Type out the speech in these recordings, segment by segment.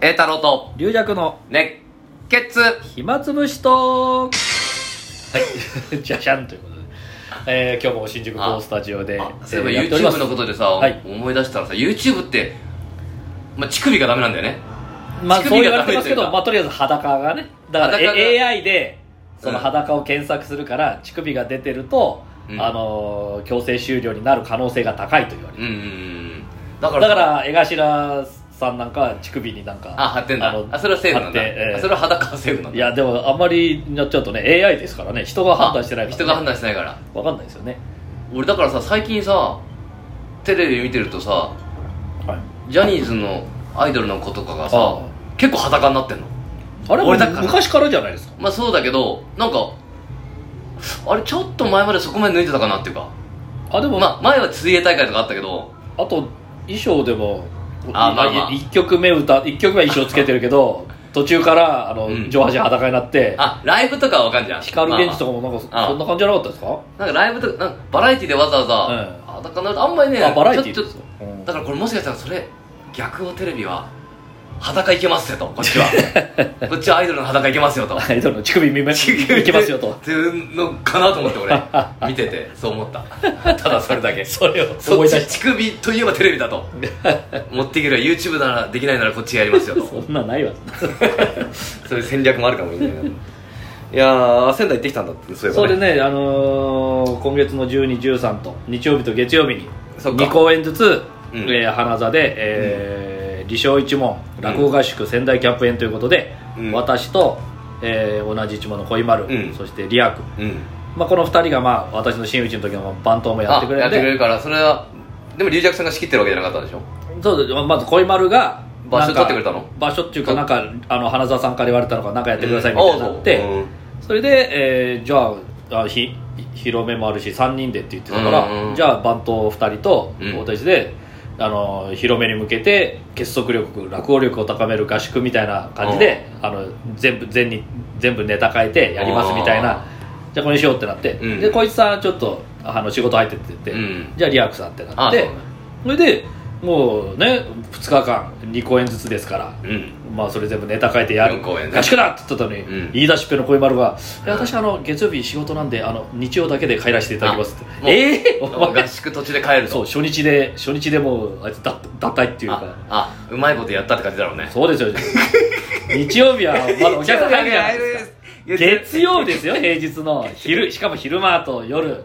栄太郎と龍弱の熱血暇つぶしとはい、 じゃじゃんということで、えー、今日も新宿あ高スタジオで、あえそういえばーやっております YouTube のことでさ、はい思い出したらさ YouTube って、まあ、乳首がダメなんだよねまあ、乳そう首言がわダれメというかてますけど、まあ、とりあえず裸がねだから裸がえ AI でそのうん裸を検索するから、乳首が出てると、うんあのー強制終了になる可能性が高いと言われうんる、うんうんだからだから江頭さんなんかは乳首になんかあ貼ってんだあのあそれはセーフなんだ、貼ってえーあそれは裸はセーフなんだいやでもあんまりやっちゃうとね AI ですからね人が判断してないから、ね、人が判断してないからわかんないですよね俺だからさ最近さテレビ見てるとさはいジャニーズのアイドルの子とかがあさ結構裸になってんのあれ俺だから昔からじゃないですかまあそうだけどなんかあれちょっと前までそこまで脱いでたかなっていうかあでも、まあ前は水泳大会とかあったけどあと衣装でもあまあまあ1曲目歌一曲目は衣装つけてるけ ど途中からあの、うん上半身裸になってあライブとかはわかんじゃん光源氏とか、かもなんかそああそんな感じじゃなかったですかまあなんかライブとかなんかバラエティでわざわええざ裸になるとあんまりねあバラエティーちょですちょようん だからこれもしかしたらそれ逆をテレビは裸いけますよとこっちはこっちはアイドルの裸いけますよとアイドルの乳首見めいけますよと っていうのかなと思って俺見ててそう思ったただそれだけそれをそ思っい出ちし乳首といえばテレビだと持っていける YouTube ならできないならこっちやりますよたと そんなないわそういう戦略もあるかもしれないないやー仙台行ってきたんだってそういえそば、ね、れでね、あのー今月の1213と日曜日と月曜日にそっか2公演ずつ、うんえー花座で、えー理想一門落語合宿仙台キャンプ園ということで、うん私と、えー同じ一門の恋丸、うんそしてリアク、うんまあ、この2人が、まあ、私の真打ちの時の番頭もやってくれあやるんってくれでるからそれはでも龍尺さんが仕切ってるわけじゃなかったでしょそうですまず恋丸が場所なんか取ってくれたの場所っていうかなんかあの花澤さんから言われたのかなんかやってくださいみうんたいになって、あそううんそれで、えーじゃああひ広めもあるし3人でって言ってたから、うんうんじゃあ番頭2人とうん私で、あの広めに向けて結束力落語力を高める合宿みたいな感じで、あの全部全に全部ネタ変えてやりますみたいなじゃあこれにしようってなって、うんでこいつさんちょっとあの仕事入ってって言って、うんじゃあリアクさんってなっあてそうねそれでもうね2日間2公演ずつですからうんまあそれ全部ネタ書いてやる四公演ね合宿だって言ったのに、うん言い出しっぺの恋丸が「いやうん私あの月曜日仕事なんであの日曜だけで帰らせていただきます」っあて「ええお合前宿途中で帰るとそう初日で初日でもうあいつ脱脱退っていうかああうまいことやったって感じだろうねそうですよ日曜日はまだお客さん入るじゃないですか月曜日ですよ平日の昼しかも昼間と夜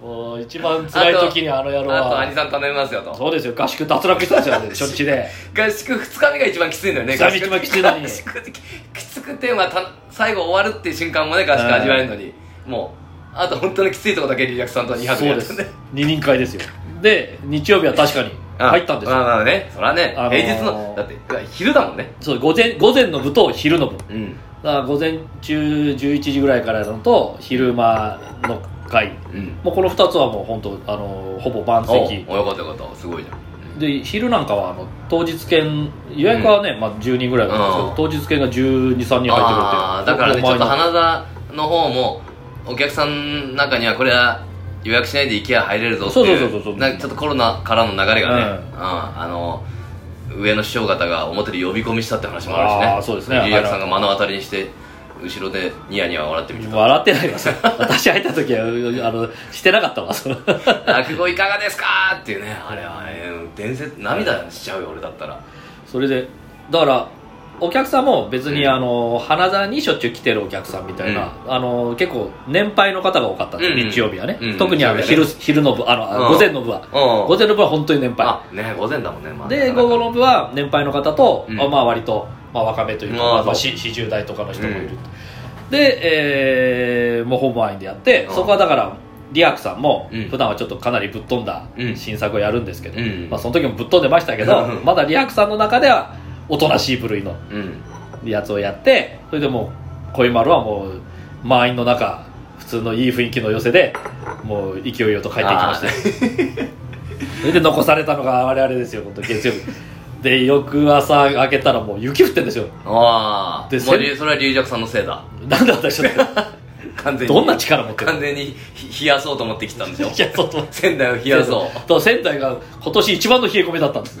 もう一番辛い時にあの野郎あと兄はさん頼みますよとそうですよ合宿脱落した んですよ初日で合宿2日目が一番きついんだよね二日目一番きついのに合宿ってきつくて、まあ、た最後終わるっていう瞬間もね合宿味わえるのに、もうあと本当にきついとこだけリラクさんと200そうやっでたすんで二人会ですよで日曜日は確かにあ入ったんですよまあまあねそれはね、あのー平日のだって昼だもんねそう午前午前の部と昼の部だかうんら午前中11時ぐらいからやるのと昼間の会うんもうこの2つはもう本当あのほぼ満おお席よかったよかったすごいじゃんで昼なんかはあの当日券予約はね、まあ、10人ぐらいだったんですけど当日券が1 2 3人入あっーてくれだからねてちもょうっと前の花座の方もお客さんの中にはこれは予約しないで IKEA 入れるぞっていうそうそうそうそうなんかちょっとコロナからの流れがね、うんうんあの上の師匠方が表で呼び込みしたって話もあるしねあーそうですねリリアクさんが目の当たりにして後ろでニヤニヤ笑ってみ て笑ってないですよ私入った時はあのしてなかったわその「落語いかがですか?」っていうねあれはね伝説涙しちゃうよ俺だったらそれでだからお客さんも別に、うんあの花座にしょっちゅう来てるお客さんみたいな、あの結構年配の方が多かったんですよ、うんうん日曜日はね、うん特にあの日曜日昼,、は昼の部あの、あうん午前の部は、うん午前の部は本当に年配あね午前だもんねまあでなかな午か後の部は年配の方と、うんあまあ割と、まあ、若めというか、まあまあ、そうし40代とかの人もいる、で、えーもう本番員でやって、うんそこはだからリアクさんもうん普段はちょっとかなりぶっ飛んだうん新作をやるんですけど、うんまあ、その時もぶっ飛んでましたけどうんまだリアクさんの中ではおとなしい部類のうんやつをやってそれでもう恋丸はもう満員の中普通のいい雰囲気の寄せでもう勢いよと帰っていきましたよ それで残されたのが我々ですよ本当月曜日で翌朝開けたらもう雪降ってんですよああでもうせんそれは龍尺さんのせいだなんで私だって完全にどんな力持ってる完全にひ冷やそうと思ってきたんでしょ いやそうそう仙台を冷やそうと仙台が今年一番の冷え込みだったんです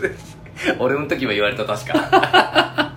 俺の時も言われた確か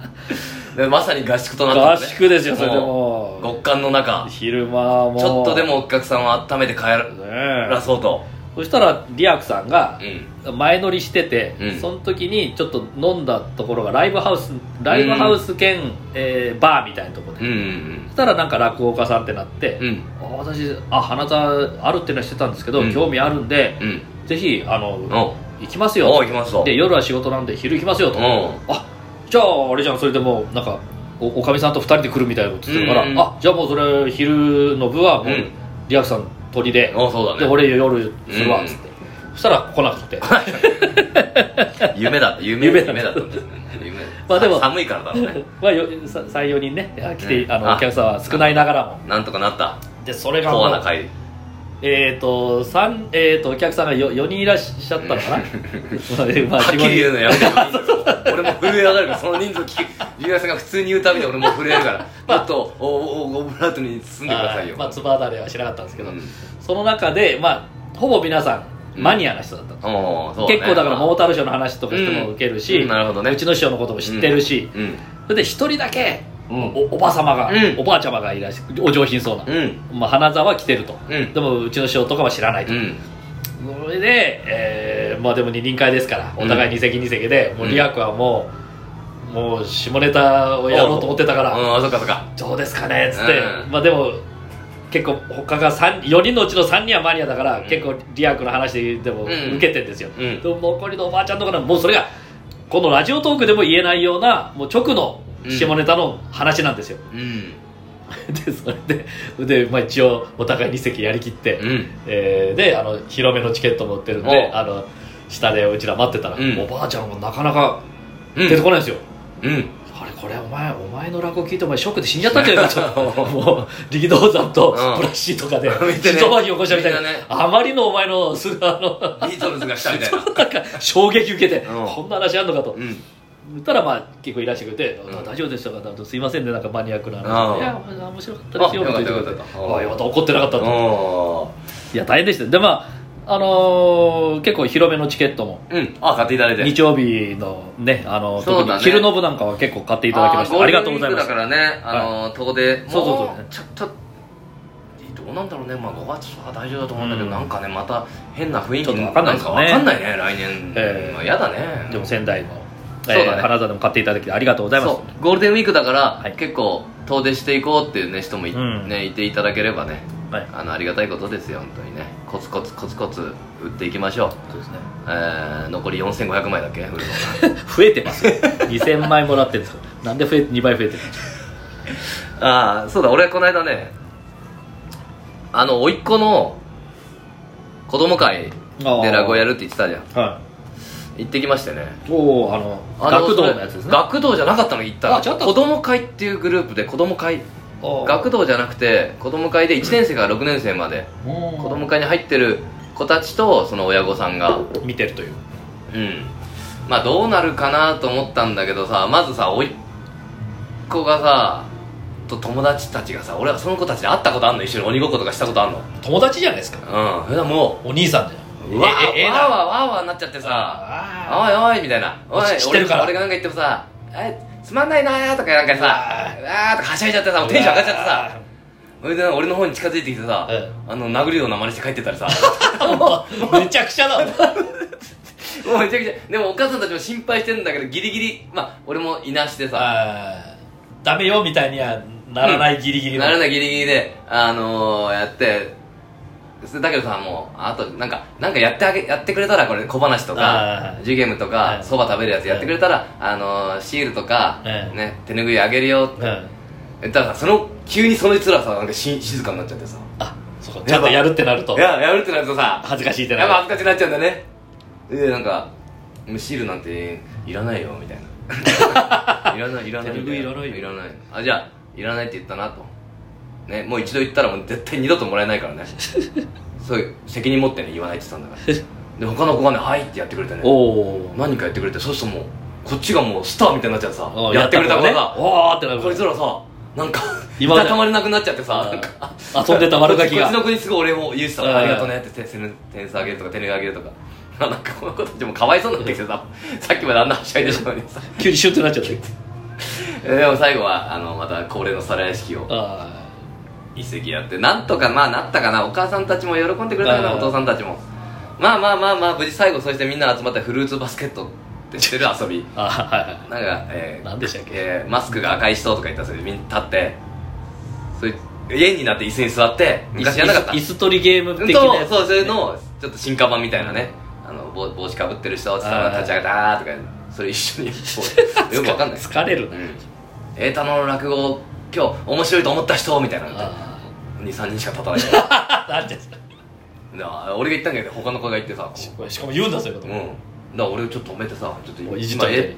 でまさに合宿となった合のね宿ですよそれでも極寒の中う昼間はもうちょっとでもお客さんを温めて帰ねらえそうとそしたらリアクさんがうん前乗りしてて、うんその時にちょっと飲んだところがライブハウスライブハウス兼、えーバーみたいなところうで、んそしたらなんか落語家さんってなって、うんうんあ私あ花田あるってのはしてたんですけど、うん興味あるんでうんぜひあの、うん行おきますおよ行きましたで夜は仕事なんで昼行きますよと、うんあじゃああれじゃんそれでもうなんかおおかみさんと2人で来るみたいなこと言ってるから、うんあじゃあもうそれ昼の部はもう、うんリアクさん鳥で、おそうでだね俺夜するわうんっつって、そしたら来なく て夢 だった夢夢だっただったんですね夢まあでも寒いからだろうねまあよ34人ねあ来て、うんあのあお客さんは少ないながらもなんとかなった でそれがもコアなう会えっ、ー、と三えー、とお客さんがよ4人いらっしゃったのかな まはあっきり言ううのやめてよ俺も震え上がるからその人数聞くジュニアさんが普通に言うたびに俺も震えるからもっとおおおオブラートに包んでくださいよまあつばあたりはしなかったんですけど、うんその中でまあほぼ皆さうんんマニアな人だった、おーそうね結構だからモータルショーの話とかしてうもん受けるし、ううんなるほどねちの師匠のことも知ってるし、うんそれで一人だけうんおおば様が、うんおばあちゃまがいらっしゃお上品そうな、うんまあ、花座は来てると、うんでもうちの師匠とかは知らないと、うんそれで、えーまあでも二輪会ですからお互い二席二席で、もうリアクはもうもう下ネタをやろうと思ってたから、うんあそっかそっかどうですかねっつって、うんまあでも結構他が三4人のうちの3人はマニアだから、ん結構リアクの話でもうん受けてんですよ、うんでも残りのおばあちゃんとかのもうそれがこのラジオトークでも言えないようなもう直の下ネタの話なんですよ、 うんでそれでで、まあ、一応お互い二席やりきって、うんえーであの広めのチケット持ってるんでおうあの下でうちら待ってたら、うんおばあちゃんもなかなかうん出てこないんですよ、うんあれこれお前お前の落語聞いてお前ショックで死んじゃったんじ ゃないかともう力道山とうんブラッシーとかで見てね一晩起こしたみたいな、見てねあまりのお前のすあのビートルズがしたみたいななんか衝撃受けて、うんこんな話あんのかとう、ん言ったらまあ結構いらっしゃくれて、うん大丈夫でしたかすいませんねなんかマニアックな話、うんいや面白かったですよあよかったみいなよかったあよかった怒ってなかったとおいや大変でしたでまああのー結構広めのチケットもーうんあ買っていただいて日曜日のねあのそう特だにね昼の部なんかは結構買っていただきましたありがとうございまーすゴールデンウィークだからね、あのー、遠出、そうそうそうもちょっと、どうなんだろうね、まあ、5月は大丈夫だと思うんだけど、うんなんかね、また変な雰囲気ちょっとわかんないですかよわねかんないね、来年。ええまあ、やだね。でも仙台の、えそうーだね花座でも買っていただきありがとうございますそう、ゴールデンウィークだから、はい結構、遠出していこうっていうね、人もい,、うんね、いていただければね、はいあのありがたいことですよ、本当にね。コツコツコツコツ売っていきましょう。そうですねえー、残り4500枚だっけ売るの増えてます よ2000枚もらってるんですよなんで増え2倍増えてるああそうだ俺この間ねあの甥っ子の子供会あーで落語やるって言ってたじゃんは行ってきましてねいおおあのあ学童のやつですね学童じゃなかったの行ったあ違った子供会っていうグループで子供会学童じゃなくて子供会で1年生から6年生まで子子供会に入ってる子たちとその親御さんが見てるといううんまあどうなるかなと思ったんだけどさまずさ甥っ子がさと友達たちがさ俺はその子たちで会ったことあんの一緒に鬼ごっことかしたことあんの友達じゃないですかうんそれはもお兄さんじゃうんうわええええーわーなわーわーわーなっちゃってさ「あおいおい」みたいな「おい知知ってるから俺俺がなんか言ってもさ「えつまんないなー」とかなんかさ「わー」とかはしゃいじゃってさもうテンション上がっちゃってさそれで俺の方に近づいてきてさえあの殴るような真似して帰ってったらさも うめちゃくちゃだもうめちゃくちゃでもお母さんたちも心配してんだけどギリギリまあ俺もいなしてさあーダメよみたいにはならないギリギリの、ならないギリギリで、あのー、やって、それだけどさ、もう、あと、なんか、なんかやってあげ、やってくれたら、これ、小話とあか、ージュゲムとはか、いそば、食べるやつやってくれたら、あのー、シールとか、ええね、手拭いあげるよって。うん言ったらさ、その、急にそのいつらさ、なんかし静かになっちゃってさ、あそうかちゃんとやるってなるといや、やるってなるとさ、恥ずかしいってやなっぱる恥ずかしくなっちゃうんだね。で、なんか、もうシールなんていらないよ、みたい な。いらない、いらない。手拭いいらないよいらない。あ、じゃあ、いらないって言ったなと。ね、もう一度言ったらもう絶対二度ともらえない からね。そういう、責任持ってね、言わないって言ったんだ から。で、他の子がね、はいってやってくれておね。お何かやってくれて、そうするともう、こっちがもうスターみたいになっちゃってさ、おーやってくれた子がやった子ねおーってなるこいつらさ、なんか、い今またでたまれなくなっちゃってさ、あーなんか遊んでた悪ガキがこっちの子にすごい俺も言うてたうんありがとうねって手手点数あげるとか手ぬあげるとかあなんかこの子たちもかわいそうになってきてささっきまであんなはしゃいでたのにさ急にシュッてなっちゃってでも最後はあのまた恒例の皿屋敷をあ一席やってなんとかまあなったかなお母さんたちも喜んでくれたかなあおー父さんたちもまあまあまあまあ無事最後そしてみんな集まってフルーツバスケットってしてる遊びーあーはいはいなんか、えー何でしたっけえーマスクが赤い人とか言ったらそれでみんな立ってそれ家になって椅子に座って昔やんなかった椅子椅子取りゲーム的なそうやつそうそれのちょっと進化版みたいなね、あの帽帽子かぶってる人つったらあー立ち上がったーとかそれ一緒にこうよくわかん ない疲れるな瑛太の落語今日面白いと思った人みたいなあ23人しか立たない かー なんでらな俺が言ったんだけど他の子が言ってさこししかも言うんだそういううこうんだから俺をちょっと止めてさちょっとともういじっ今といて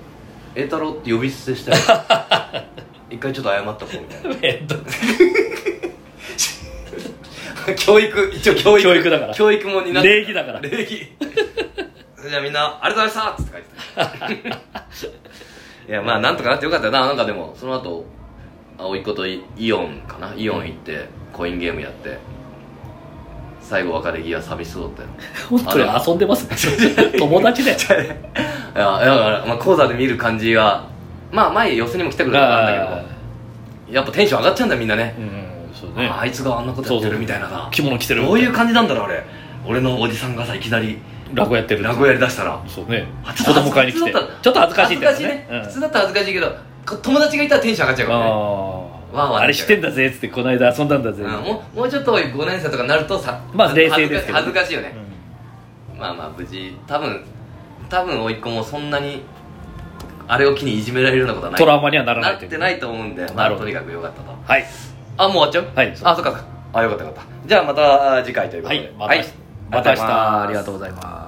え瑛太郎って呼び捨て したよ一回ちょっと謝った子みたいなめんどくさ教育一応教育教育だから教育も担って礼儀だから礼儀 それじゃあみんな「ありがとうございました」っつって書い てたいやまあなんとかなってよかったよななんかでもその後葵子とイイオンかなイオン行ってコインゲームやって最後別れ際寂しそうだったよ本当に遊んでますね 友達だよいやだから、まあ、講座で見る感じはまあ前寄せにも来てくれたんだあけどやっぱテンション上がっちゃうんだみんなねーうんそうねああいつがあんなことやってるみたいなさ着物着てるどういう感じなんだろうあれ俺のおじさんがさいきなり落語やってる落語やりだしたらそうねあ子供買いに来てちょっとちょっと恥ずかしいんだよ恥ずねうん普通だったら恥ずかしいけどこ友達がいたらテンション上がっちゃうからねあわーあわーあれしてんだぜっつってこの間遊んだんだぜうんもうもうちょっと5年生とかになるとさまあ冷静ですけど恥ずかしいよね、うまあまあ無事多分多分甥っ子もそんなにあれを機にいじめられるようなことはんないトラウマにはならないってないとと思うんで、まなあ、るほとどにかくよかったとはいあもう終わっちゃうはいあそっかそっかあよかったよかったじゃあまた次回ということではいまた明日また明日ありがとうございますありがとうございます